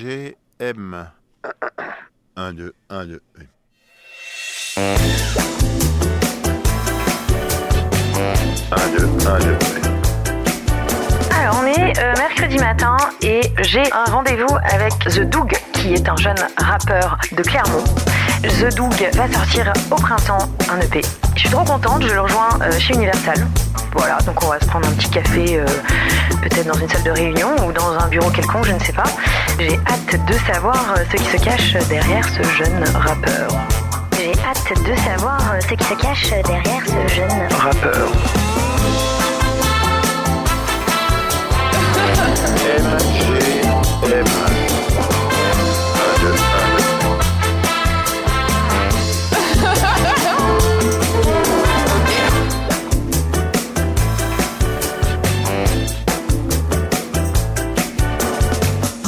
MGM. 1, 2, 1, 2. Un, deux, un, deux. Alors, on est euh, mercredi matin et j'ai un rendez-vous avec The Doug, qui est un jeune rappeur de Clermont. The Doug va sortir au printemps un EP. Je suis trop contente, je le rejoins euh, chez Universal. Voilà, donc on va se prendre un petit café, euh, peut-être dans une salle de réunion ou dans un bureau quelconque, je ne sais pas. J'ai hâte de savoir euh, ce qui se cache derrière ce jeune rappeur. J'ai hâte de savoir euh, ce qui se cache derrière ce jeune Rappeur. MGM. 1, 2, 1, 2.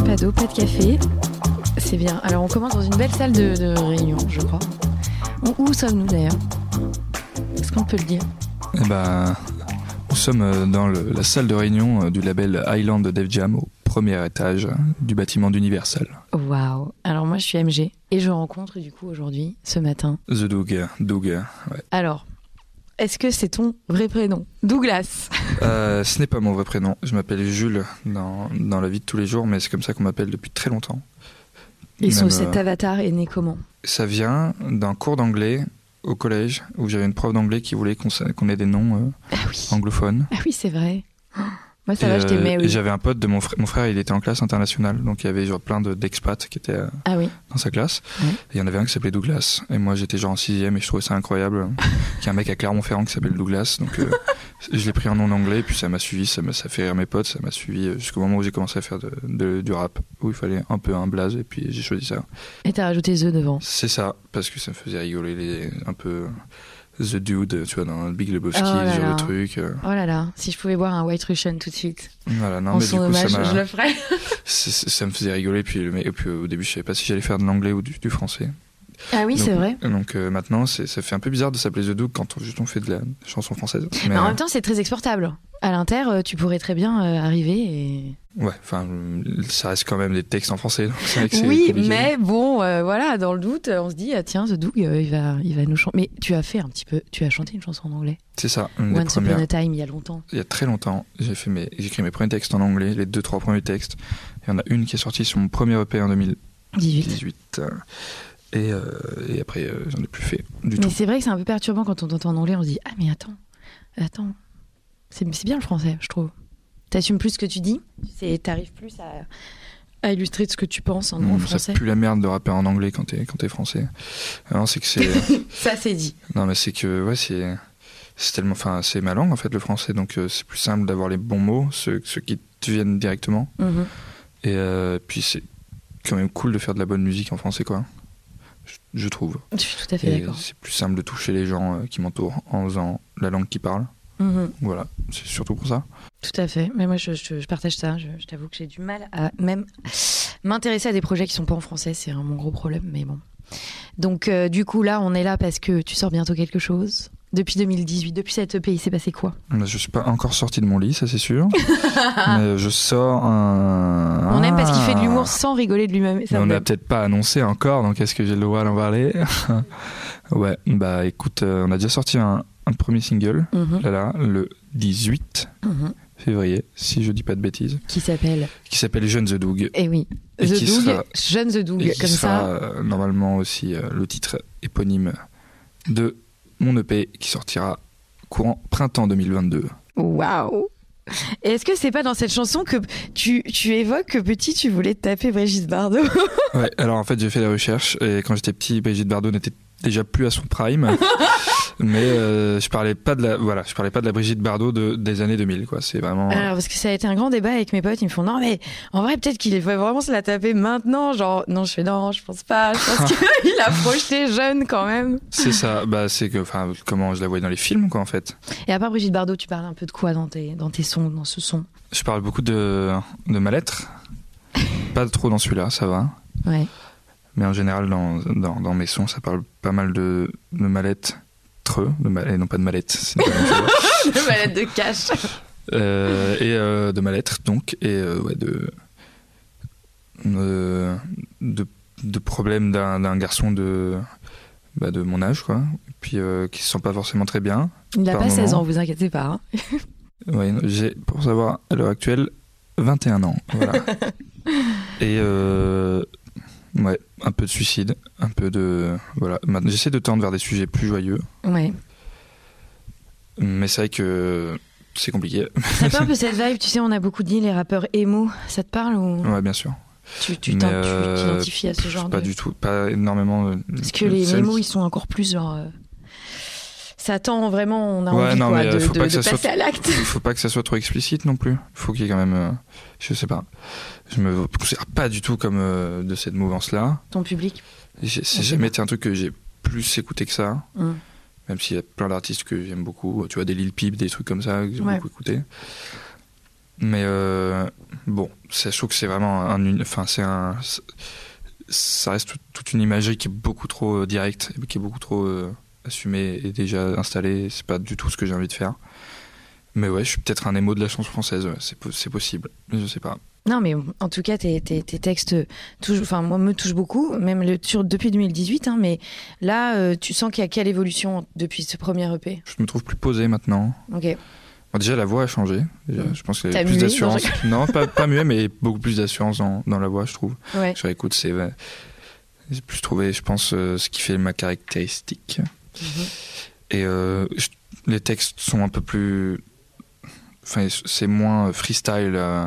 Pas d'eau, pas de café. C'est bien. Alors on commence dans une belle salle de, de réunion, je crois. Où, où sommes-nous d'ailleurs Est-ce qu'on peut le dire Eh ben, nous sommes euh, dans le- la salle de réunion euh, du label Island Def Jam au premier étage euh, du bâtiment d'Universal. Waouh Alors moi je suis MG et je rencontre du coup aujourd'hui, ce matin. The Doug, Doug. Alors, est-ce que c'est ton vrai prénom Douglas Euh, ce n'est pas mon vrai prénom. Je m'appelle Jules dans, dans la vie de tous les jours, mais c'est comme ça qu'on m'appelle depuis très longtemps. Et son Même, cet euh, avatar est né comment ça vient d'un cours d'anglais au collège où j'avais une prof d'anglais qui voulait qu'on sa- qu'on ait des noms euh, Ah oui anglophones. Ah oui, c'est vrai. Oh, Moi ça Et, va, je euh, t'aimais, et oui. j'avais un pote de mon frère, mon frère, il était en classe internationale, donc il y avait genre plein de- d'expats qui étaient euh, Ah oui. dans sa classe. Ouais. Et il y en avait un qui s'appelait Douglas. Et moi, j'étais genre en sixième et je trouvais ça incroyable qu'il y ait un mec à Clermont-Ferrand qui s'appelle Douglas. Donc, euh, je l'ai pris en nom anglais, puis ça m'a suivi, ça m'a ça fait rire mes potes, ça m'a suivi euh, jusqu'au moment où j'ai commencé à faire de- de- du rap, où il fallait un peu un blaze, et puis j'ai choisi ça. Et t'as rajouté The devant. C'est ça, parce que ça me faisait rigoler les, un peu The Dude, tu vois, dans Big Lebowski, Oh là ce genre là. de truc. euh. Oh là là, si je pouvais boire un White Russian tout de suite. voilà, non, en mais du son coup, ça hommage, m'a. je le ferais. c'est- c'est- ça me faisait rigoler puis, le mec- et puis euh, au début je savais pas si j'allais faire de l'anglais ou du, du français Ah oui, Donc, c'est vrai. donc euh, maintenant c'est- ça fait un peu bizarre de s'appeler The Doug quand on, juste on fait de la chanson française mais, Mais en euh, même temps, c'est très exportable. À l'inter, euh, tu pourrais très bien euh, arriver et... ouais enfin euh, ça reste quand même des textes en français donc c'est vrai que c'est Oui, compliqué. mais bon, euh, voilà, dans le doute, euh, on se dit, ah, tiens, The Doug, euh, il, va, il va nous chanter. Mais tu as fait un petit peu, tu as chanté une chanson en anglais. c'est ça une des Once Upon premières a Time, il y a longtemps. il y a très longtemps j'ai fait mes j'ai écrit mes premiers textes en anglais les deux trois premiers textes il y en a une qui est sortie sur mon premier EP en 18. 2018 euh, et, euh, et après euh, j'en ai plus fait Mais du tout c'est vrai que c'est un peu perturbant quand on t'entend en anglais, on se dit, ah, mais attends, attends. C'est c'est bien le français, je trouve. T'assumes plus ce que tu dis, c'est- t'arrives plus à, à illustrer de ce que tu penses en, en Mm, ça français. pue la merde de rapper en anglais quand t'es quand t'es français alors c'est que c'est Ça, c'est dit. Non, mais c'est que, ouais, c'est. C'est tellement. Enfin, c'est ma langue, en fait, le français. Donc, euh, c'est plus simple d'avoir les bons mots, ceux, ceux qui te viennent directement. Mhm. Et euh, puis, c'est quand même cool de faire de la bonne musique en français, quoi. Je, je trouve. Je suis tout à fait Et d'accord. c'est plus simple de toucher les gens euh, qui m'entourent en faisant la langue qu'ils parlent. Mhm. Voilà, c'est surtout pour ça. Tout à fait. Mais moi, je, je- je partage ça. Je, je t'avoue que j'ai du mal à même m'intéresser à des projets qui sont pas en français. C'est un- mon gros problème, mais bon. Donc, euh, du coup, là, on est là parce que tu sors bientôt quelque chose. Depuis 2018, depuis cette EP, il s'est passé quoi Mais Je suis pas encore sorti de mon lit, ça, c'est sûr. mais euh, je sors un. On aime parce qu'il fait de l'humour Ah. sans rigoler de lui-même. Ça Mais on me- n'a peut-être pas annoncé encore, donc est-ce que j'ai le droit d'en parler Ouais, bah écoute, euh, on a déjà sorti un, un premier single, Mhm, là là, le 18 mhm. février, si je dis pas de bêtises, Qui s'appelle qui s'appelle Jeune The Doug. Eh oui, Et The qui Doug, sera- jeune The Doug, et qui comme sera ça. euh, normalement aussi euh, le titre éponyme de mon EP qui sortira courant printemps 2022. Waouh Et Est-ce que c'est pas dans cette chanson que tu, tu évoques que petit, tu voulais te taper Brigitte Bardot Ouais, alors en fait j'ai fait la recherche et quand j'étais petit, Brigitte Bardot n'était déjà plus à son prime. Mais euh, je parlais pas de la voilà, je parlais pas de la Brigitte Bardot de- des années 2000 quoi. C'est vraiment Alors, parce que ça a été un grand débat avec mes potes. Ils me font non, mais en vrai, peut-être qu'il va vraiment se la taper maintenant. Genre, non, je fais non, je pense pas. Je pense qu'il a projeté jeune quand même. c'est ça. Bah c'est que enfin comment je la voyais dans les films quoi en fait. Et à part Brigitte Bardot, tu parles un peu de quoi dans tes, dans tes sons, dans ce son Je parle beaucoup de de mal-être. Pas trop dans celui-là, ça va. Ouais. Mais en général dans dans, dans mes sons, ça parle pas mal de de mal-être treux, de mal et non pas de mal-être. c'est pas la même chose. Le malade de cash. Euh, et euh, de mal-être donc et euh, ouais de euh, de, de problèmes d'un d'un garçon de, bah, de mon âge, quoi. Puis euh, qui se sent pas forcément très bien. Il n'a Par pas 16 moment. ans, vous inquiétez pas. hein. Ouais, j'ai, pour savoir, à l'heure actuelle, 21 ans. Voilà. Et euh, ouais, un peu de suicide, un peu de. Voilà. Maintenant, j'essaie de tendre vers des sujets plus joyeux, Ouais. mais c'est vrai que c'est compliqué. T'as pas un peu cette vibe, tu sais, on a beaucoup dit les rappeurs émo, ça te parle ou Ouais, bien sûr. tu tu Mais, t'en- tu euh, t'identifies à ce genre pas de... du tout, pas énormément. euh, Parce que les seul- émos, ils sont encore plus genre... euh, Ça tend vraiment, on a Ouais, envie non, quoi, mais, de, euh, faut de- pas de que ça passer soit- à l'acte. Faut pas que ça soit trop explicite non plus. Faut qu'il y ait quand même. euh, je sais pas. Je me considère pas du tout comme euh, de cette mouvance-là. Ton public. J'ai- C'est Ok. jamais été un truc que j'ai plus écouté que ça. Mm. Même s'il y a plein d'artistes que j'aime beaucoup. Tu vois, des Lil Peep, des trucs comme ça que j'ai Ouais. beaucoup écouté. Mais euh, bon, ça, je trouve que c'est vraiment un. une- Enfin, c'est un. c'est- Ça reste tout- toute une imagerie qui est beaucoup trop euh, directe, et qui est beaucoup trop euh, assumée et déjà installée. C'est pas du tout ce que j'ai envie de faire. Mais ouais, je suis peut-être un émo de la chanson française. ouais, c'est po- c'est possible. Je sais pas. Non, mais en tout cas, tes, tes- tes textes, touchent- enfin, moi, me touchent beaucoup, même le, sur- depuis 2018. hein, mais là, euh, tu sens qu'il y a quelle évolution depuis ce premier EP Je me trouve plus posé maintenant. Ok. Bon, déjà, la voix a changé. Déjà, Mm. Je pense qu'il y T'as a plus mué, non, d'assurance. Non, pas, pas muet, mais beaucoup plus d'assurance dans, dans la voix, je trouve. Ouais. Sur écoute, c'est. ouais, J'ai plus trouvé, je pense, euh, ce qui fait ma caractéristique. Et euh, je- les textes sont un peu plus. Enfin, c'est moins euh, freestyle euh,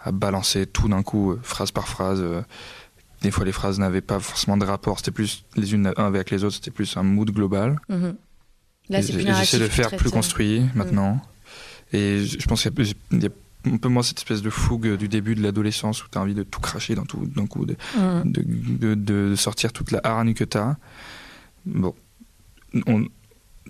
à balancer tout d'un coup, euh, phrase par phrase. euh. Des fois, les phrases n'avaient pas forcément de rapport. C'était plus les unes avec les autres, c'était plus un mood global. Mhm. Et Là, c'est j'ai- plus J'essaie narratif, de tu faire traites plus ça. construit maintenant. Et je je pense qu'il y, a- j'ai- il y a un peu moins cette espèce de fougue du début de l'adolescence où tu as envie de tout cracher dans tout- d'un coup, de, Mhm. de, de- de sortir toute la hargne que tu as. Bon. On-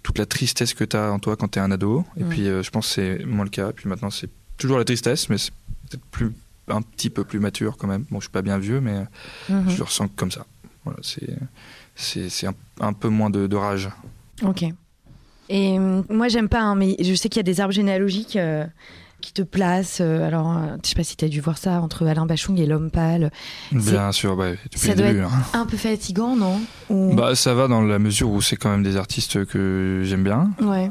toute la tristesse que tu as en toi quand tu es un ado. Et Mm. puis, euh, je pense que c'est moins le cas. Puis maintenant, c'est toujours la tristesse, mais c'est peut-être plus, un petit peu plus mature quand même. Bon, je suis pas bien vieux, mais euh, Mhm. je le ressens comme ça. Voilà, c'est. C'est c'est un, un peu moins de, de rage. Mhm. Ok. Et euh, moi, j'aime pas, hein, mais je sais qu'il y a des arbres généalogiques euh, qui te placent. euh, alors, euh, je sais pas si t'as dû voir ça entre Alain Bachung et l'homme pâle. C'est- Bien sûr, ouais, depuis ça le doit début. hein. Un peu fatigant, non Ou- Bah, ça va dans la mesure où c'est quand même des artistes que j'aime bien. Ouais.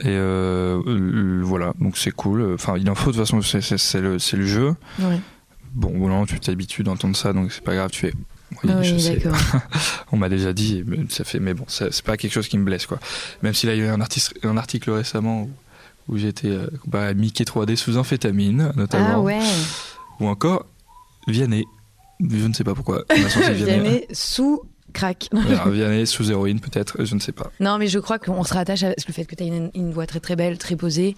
Et euh, euh, voilà, donc c'est cool. Enfin, il en faut de toute façon, c'est- c'est c'est le, c'est le jeu. ouais. Bon, bon, non, tu t'habitues d'entendre ça, donc c'est pas grave, tu fais. Oui, Ah je oui, sais. d'accord. On m'a déjà dit, mais ça fait. Mais bon, ça- c'est pas quelque chose qui me blesse, quoi. Même s'il a eu un, artiste, un article récemment où, où j'étais euh, comparé à Mickey 3D sous amphétamine, notamment. Ah ouais. Ou encore Vianney. Je ne sais pas pourquoi. on a censé Vianney. Vianney sous crack. Alors, Vianney sous héroïne, peut-être, je ne sais pas. Non, mais je crois qu'on se rattache à le fait que tu as une, une voix très très belle, très posée,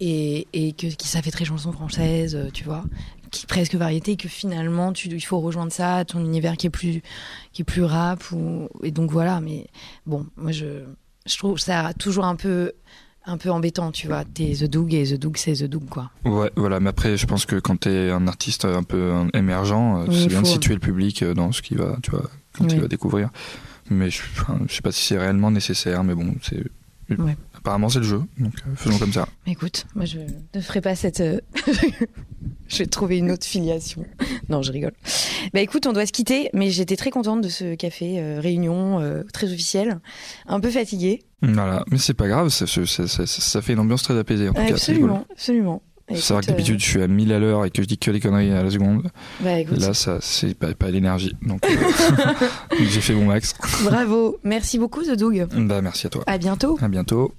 et, et que, qui ça fait très chanson française, euh, tu vois, qui presque variété, et que finalement tu, il faut rejoindre ça, à ton univers qui est plus, qui est plus rap, ou, et donc voilà. Mais bon, moi je, je trouve ça toujours un peu, un peu embêtant, tu vois. T'es The Doug et The Doug c'est The Doug, quoi. Ouais, voilà, mais après, je pense que quand t'es un artiste un peu un- émergent, euh, Oui, c'est il bien de faut. situer le public euh, dans ce qu'il va, tu vois, quand Oui. il va découvrir. Mais je, enfin, je sais pas si c'est réellement nécessaire, mais bon, c'est. Ouais. Apparemment, c'est le jeu, donc euh, faisons comme ça. Mais écoute, moi je ne ferai pas cette. euh, je vais trouver une autre filiation. Non, je rigole. Bah écoute, on doit se quitter, mais j'étais très contente de ce café euh, réunion euh, très officielle, un peu fatiguée. Voilà, mais c'est pas grave, ça, ça- ça- ça- ça fait une ambiance très apaisée en tout cas. c'est rigolo. absolument, absolument. Faut Écoute, savoir que d'habitude, je suis à 1000 à l'heure et que je dis que les conneries à la seconde. euh, bah Et écoute, là, ça, c'est pas, pas l'énergie. Donc, euh, j'ai fait mon max. bravo. Merci beaucoup, The Doug. Bah, merci à toi. À bientôt. À bientôt.